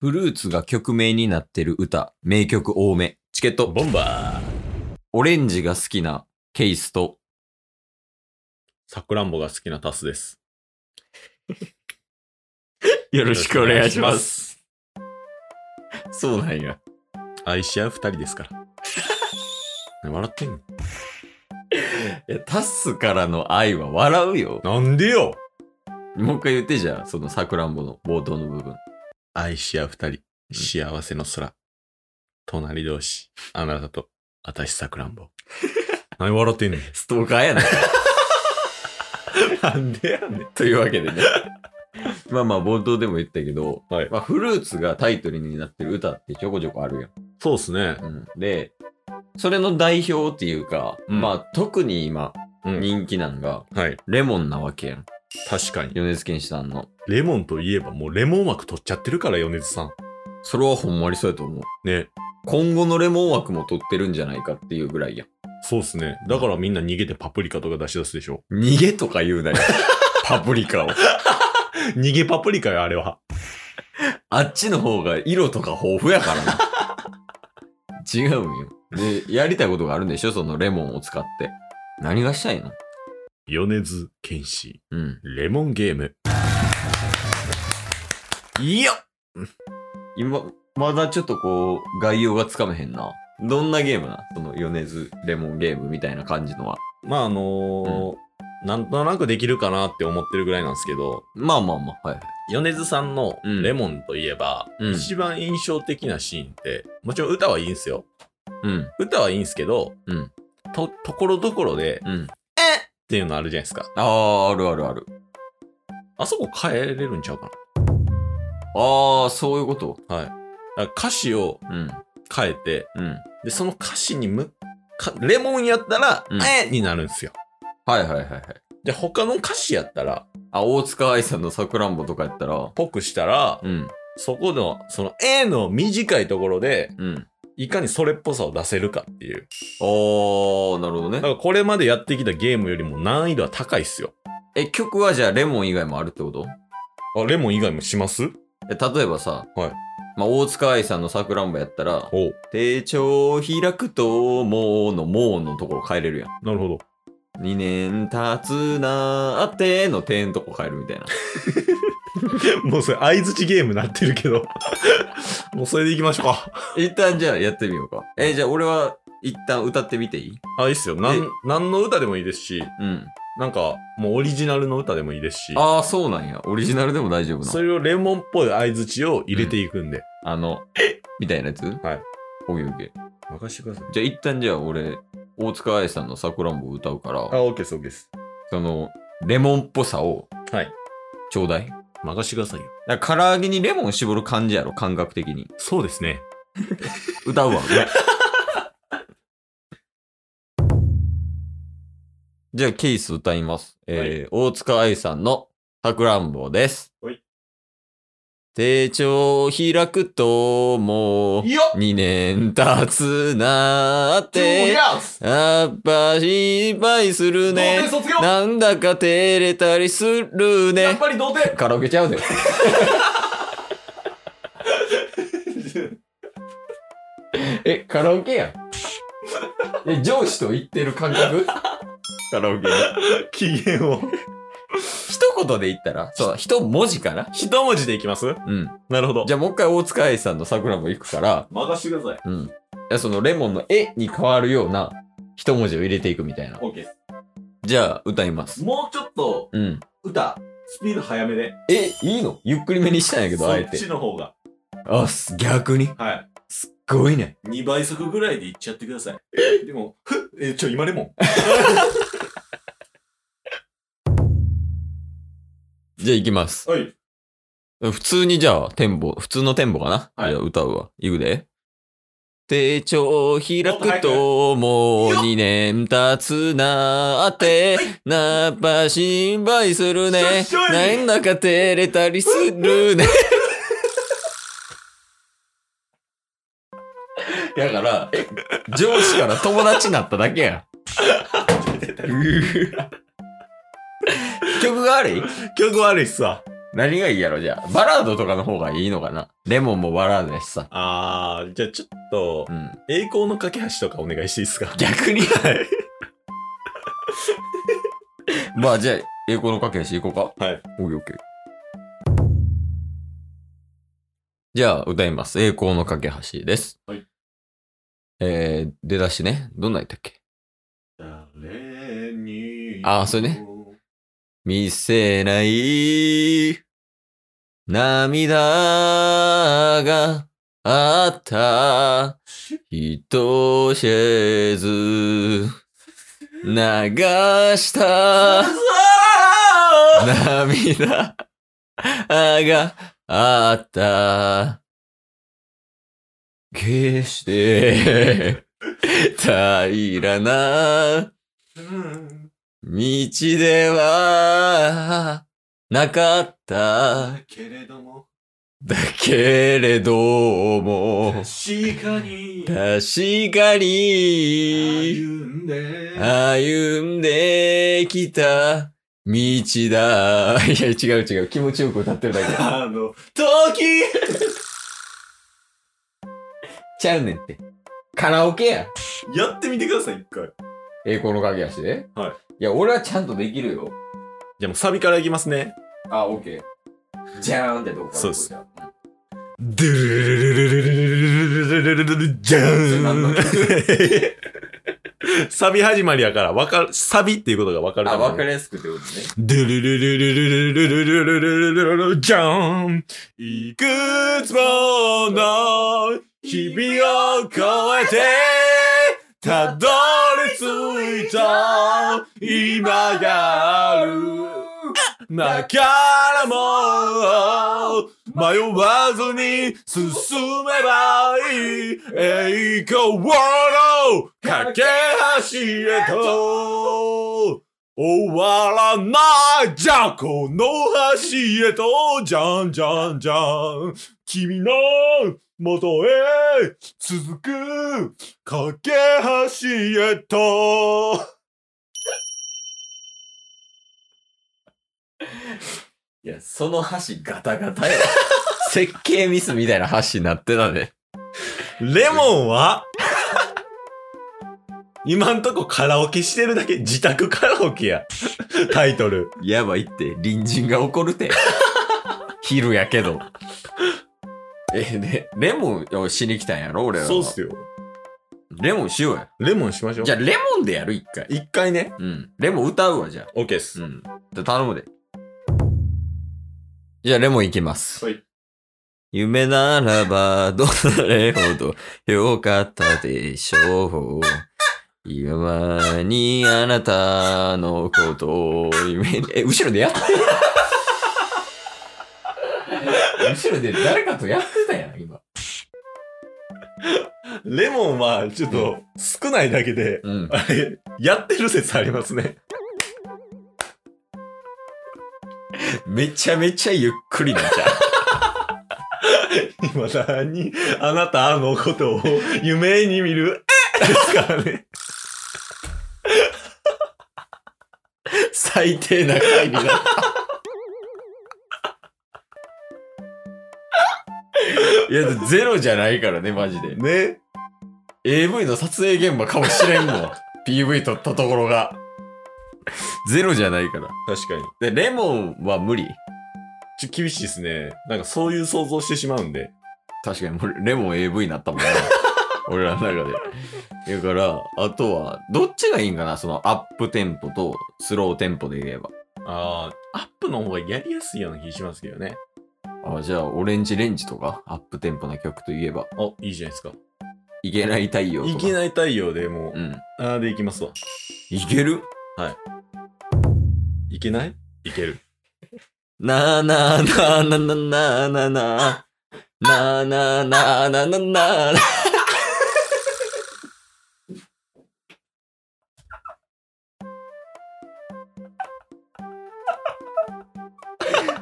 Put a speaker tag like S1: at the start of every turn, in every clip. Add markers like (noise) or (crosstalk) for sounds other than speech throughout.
S1: フルーツが曲名になってる歌、名曲多め。チケット、
S2: ボンバー
S1: オレンジが好きなケイスと、
S2: さくらんぼが好きなタスです。
S1: よ。
S2: ろしくお願いします
S1: そうなんや。
S2: 愛し合う二人ですから。ね笑ってんの
S1: いやタスからの愛は笑うよ。
S2: なんでよ
S1: もう一回言ってじゃあ、そのさくらんぼの冒頭の部分。
S2: 愛し合う二人、幸せの空、隣同士、あなたと、私さくらん (laughs) ぼ。何笑ってんねん。
S1: ストーカーやな。 (laughs)
S2: なんでやねん。
S1: というわけでね。 (laughs) まあまあ冒頭でも言ったけど、
S2: はい。
S1: まあ、フルーツがタイトルになってる歌ってちょこちょこあるやん。
S2: そうっすね。
S1: うん、で、それの代表っていうか、
S2: うん
S1: まあ特に今
S2: うん。
S1: 人気なんが、
S2: はい。
S1: レモンなわけやん。
S2: 確かに。
S1: 米津玄師さんの。
S2: レモンといえばもうレモン枠取っちゃってるから、米津さん。
S1: それはほんまにそうやと思う。
S2: ね。
S1: 今後のレモン枠も取ってるんじゃないかっていうぐらいやん。
S2: そうっすね。だからみんな逃げてパプリカとか出し出すでし (laughs) ょ。
S1: 逃げとか言 (laughs) うなよ。パプリ
S2: (laughs)
S1: カを。
S2: 逃げパプリカよ、あれは。
S1: あっちの方が色とか豊富やからな。違うんよ。で、やりたいことがあるんでしょそのレモンを使って。何がしたいの
S2: 米津玄師、
S1: うん。
S2: レモンゲーム。
S1: いや今、まだちょっとこう、概要がつかめへんな。どんなゲームなその米津レモンゲームみたいな感じのは。
S2: まあ、あのーなんとなくできるかなって思ってるぐらいなんですけど、
S1: まあまあまあ、はいはい。
S2: 米津さんの
S1: うん
S2: レモンといえば、
S1: うん
S2: 一番印象的なシーンって、もちろん歌はいいんすよ。
S1: うん、
S2: 歌はいいんすけど、
S1: うん
S2: と、ところどころで、
S1: う
S2: っ
S1: ん。
S2: ていうのあるじゃないですか。
S1: ああ、あるあるある。
S2: あそこ変えれるんちゃうか
S1: ああ、そういうこと。
S2: な。はい。だから歌詞を
S1: うん、
S2: 変えて、
S1: うん。
S2: で、その歌詞にむ、かレモンやったら、
S1: うん
S2: えになるんすよ。
S1: はいはいはいはい。
S2: で、他の歌詞やったら、
S1: あ、大塚愛さんのさくらんぼとかやったら、
S2: ぽくしたら、
S1: うん、
S2: そこの、その、えの短いところで、
S1: うん。
S2: いかにそれっぽさを出せるかっていう。
S1: ああ、なるほどね
S2: だか。らこれまでやってきたゲームよりも難易度は高いっすよ。
S1: え、曲はじゃあレモン以外もあるってこと
S2: あ、レモン以外もします
S1: え例えばさ、
S2: はい
S1: まあ、大塚愛さんのさくらんぼやったら、
S2: おう
S1: 手帳を開くと、もうの、もうのところ変えれるやん。
S2: なるほど。 (laughs)
S1: 2年経つなーっての点のとこ変えるみ
S2: (laughs)
S1: たいな。
S2: もうそれ、相づちゲームなってるけど。 (laughs) もうそれでいきましょうか。
S1: 一旦じゃあやってみようか。え、じゃあ俺は一旦歌ってみていい
S2: あ、いいっすよ。な
S1: え
S2: ん、何の歌でもいいですし、
S1: うん。
S2: なんか、もうオリジナルの歌でもいいですし、
S1: ああ、そうなんや。オリジナルでも大丈夫な
S2: そ。れをレモンっぽい相づちを入れていくんで。。
S1: あの、みたいなやつはいオッケーオッケー。
S2: 任してください。
S1: じゃあ一旦じゃあ俺、大塚愛さんのさくらんぼ歌うから、
S2: あ、オッケーです、オッケーです。
S1: その、レモンっぽさを、
S2: はい。
S1: ちょうだい。
S2: 任してくださいよ。
S1: だから唐揚げにレモン絞る感じやろ、感覚的に。
S2: そうですね。
S1: 歌う
S2: (laughs)
S1: わ。俺じゃあ、ケース歌います。えー大塚愛さんのさくらんぼです。
S2: はい
S1: 手帳を開くと、もう、
S2: よっ
S1: 2年経つなーって、やっぱ失敗するね。
S2: 卒業
S1: なんだか照れたりするね。
S2: ぱり童貞
S1: カラオケちゃうで。え、カラオケやん。え、上司と言ってる感覚カラオケ。
S2: (laughs) 機嫌を。
S1: 一言で言ったら、そう、一文字かな
S2: 一文字でいきます
S1: うん。
S2: なるほど。
S1: じゃあもう一回大塚愛さんの桜も行くから、
S2: 任してください。
S1: うん。いやそのレモンの絵に変わるような一文字を入れていくみたいな。
S2: オッケー
S1: じゃあ歌います。
S2: もうちょっと、
S1: うん。
S2: 歌、スピード早めで。
S1: え、いいのゆっくりめにしたんやけど、あえて。
S2: の方が。
S1: あ、す逆に。
S2: はい。
S1: すっごいね。
S2: 2倍速ぐらいでいっちゃってください。でも、ふっえ、ちょ、今レ (laughs) モン。
S1: じゃあ行きます。
S2: はい。
S1: 普通にじゃあ、テンポ、普通のテンポかな、
S2: はい
S1: じゃあ歌うわ。いくで。手帳を開くと、もう
S2: いいよ
S1: 2年経つなーって、なっぱ心配するね
S2: しょっ。しょ
S1: ないんだか照れたりするね。 (laughs) だから、上司から友達になっただけ (laughs) やん。曲が悪い
S2: 曲悪いっすわ。
S1: 何がいいやろじゃあ。バラードとかの方がいいのかなレモンもバラードやしさ。
S2: あー、じゃあちょっと
S1: う、ん。
S2: 栄光の架け橋とかお願いしていいですか
S1: 逆に (laughs)
S2: はい。
S1: まあじゃあ、栄光の駆け橋行こうか。
S2: はい。
S1: オッケーオッケー。じゃあ、歌います。栄光の架け橋です。
S2: はい。
S1: えー、出だしね。どんなんやったっけ
S2: 誰に
S1: あーそれね。見せない涙があった人知れず流した涙があった決して平らな
S2: うん
S1: 道ではなかった
S2: けれども、
S1: だけれども
S2: 確かに
S1: 確かに
S2: んで
S1: 歩んできた道だいや違う違う気持ちよく歌ってるだけ
S2: あの、時
S1: ちゃうねんってカラオケや
S2: やってみてください、一回。
S1: 栄光の鍵やしで
S2: はい
S1: いや俺はちゃんとできるよ
S2: じゃあもうサビからいきますね。
S1: あオッケーじゃーんってどこから
S2: そうっす
S1: ここじゃん
S2: ドゥルルルルルルルルルルルルルルじゃーん。サビ始まりやから、わかる、サビっていうことがわかる
S1: あ
S2: ために
S1: 分かりやすくってことね
S2: ドゥルルルルルルルルルルルルルルじゃーん。いくつもの日々を越えて、たどり着いた今がある。だからもう迷わずに進めばいい栄光の架け橋へと終わらないじゃこの橋へとじゃんじゃんじゃん君の元へ続く架け橋へと
S1: (laughs) いや、その箸ガタガタや。設計ミスみたいな箸になってたで。
S2: レモンは (laughs) 今んとこカラオケしてるだけ自宅カラオケや。タイトル。
S1: やばいって、隣人が怒るて。 (laughs) 昼やけど。え、ね、レモンをしに来たんやろ俺らは。
S2: そうっすよ。
S1: レモンしようや。
S2: レモンしましょう。
S1: じゃあ、レモンでやる、一回。
S2: 一回ね。
S1: うん。レモン歌うわ、じゃあ。
S2: オッケーっす。
S1: うん。じゃあ頼むで。じゃあ、レモンいきます。
S2: はい
S1: 夢ならば、どれほど良かったでしょう。今にあなたのことを夢に、え、後ろでやって後ろで誰かとやってたやん、今。
S2: レモンはちょっと少ないだけで、
S1: うん。
S2: あれ、やってる説ありますね。
S1: めちゃめちゃゆっくりなっちゃう。
S2: 今何あなたのことを夢に見る、えですからね。
S1: 最低な回になった。いや、ゼロじゃないからね、マジで。
S2: ね。
S1: AV の撮影現場かもしれんも (laughs) ん。PV 撮ったところが。ゼロじゃないから。
S2: 確かに。
S1: で、レモンは無理。
S2: ちょ、厳しいですね。なんかそういう想像してしまうんで。
S1: 確かに、もうレモン AV にな (laughs) ったもんね。俺らの中で。だから、あとは、どっちがいいんかなそのアップテンポとスローテンポで言えば。
S2: ああ、アップの方がやりやすいような気しますけどね。
S1: あじゃあ、オレンジレンジとか、アップテンポな曲といえば、
S2: あ、いいじゃないですか。
S1: いけない太陽とか。
S2: いけない太陽でも
S1: う
S2: う、
S1: ん。
S2: あーでいきますわ。
S1: いける
S2: いけないいける。
S1: なあなあなあなあなあなあなあなあなあなあなあなあなあなあ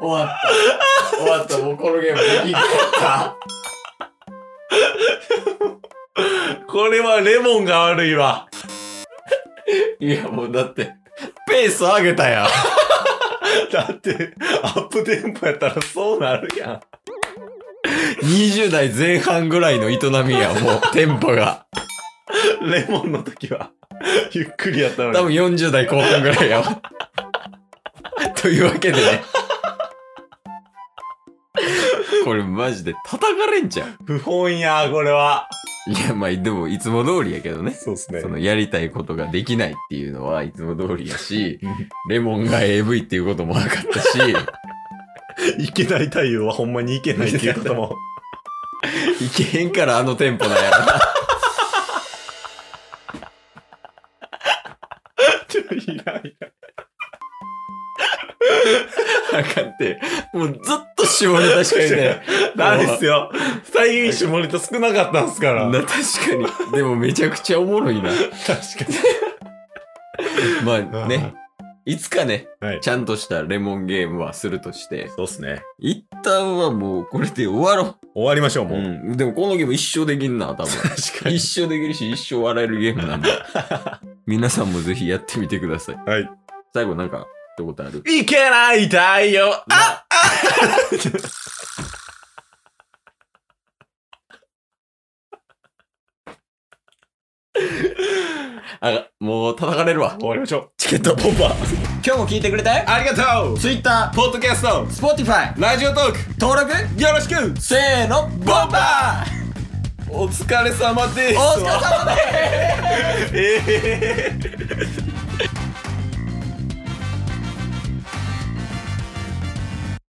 S1: 終わった終わったもうこのゲームできんかった
S2: これはレモンが悪い
S1: (laughs)
S2: わ。
S1: いやもうだってペース上げたやん
S2: (laughs) だって、アップテンポやったらそうなるやん。
S1: 20代前半ぐらいの営みや、もう、テンポが。
S2: レモンの時は、ゆっくりやったのに。
S1: 多分40代後半ぐらいやわ。というわけでね。これマジで叩かれんじゃん。
S2: 不本や、これは。
S1: いや、まあ、でもいつも通りやけどね。
S2: そうですね
S1: そのやりたいことができないっていうのはいつも通りやし、レモンが AV っていうことも分かったし、
S2: (laughs) いけない太陽はほんまにいけないっていうこと (laughs) も。
S1: いけへんからあのテンポだよ。
S2: いらんいらん
S1: あかんって。もうずっと下ネタしか言ってない。
S2: ダメですよ。二人下ネタ少なかったんすから。
S1: な確 (laughs) かに。でもめちゃくちゃおもろ
S2: (laughs)
S1: いな。
S2: 確か
S1: (laughs) まあね。いつかね、
S2: に。はい。
S1: ちゃんとしたレモンゲームはするとして、
S2: そうっすね。
S1: 一旦はもうこれで終わろ
S2: 終わりましょう、
S1: う。
S2: もう。
S1: うん。でもこのゲーム一生できんな、多分。
S2: (laughs) 確かに。
S1: 一生できるし、一生笑えるゲーム
S2: (laughs)
S1: なんで。皆さんもぜひやってみてください。
S2: はい。
S1: 最後なんか、ってことある
S2: いけない太陽ああ (laughs)
S1: あ、もう叩かれるわ。
S2: 終わりましょう。
S1: チケットポンパー。今日も聞いてくれたよ。
S2: ありがとう
S1: Twitter、
S2: ポッドキャスト
S1: Spotify、
S2: ラジオトーク
S1: 登録、
S2: よろしく
S1: せーの、ボンバ
S2: お疲れ様で
S1: ーお疲れ様です
S2: ええ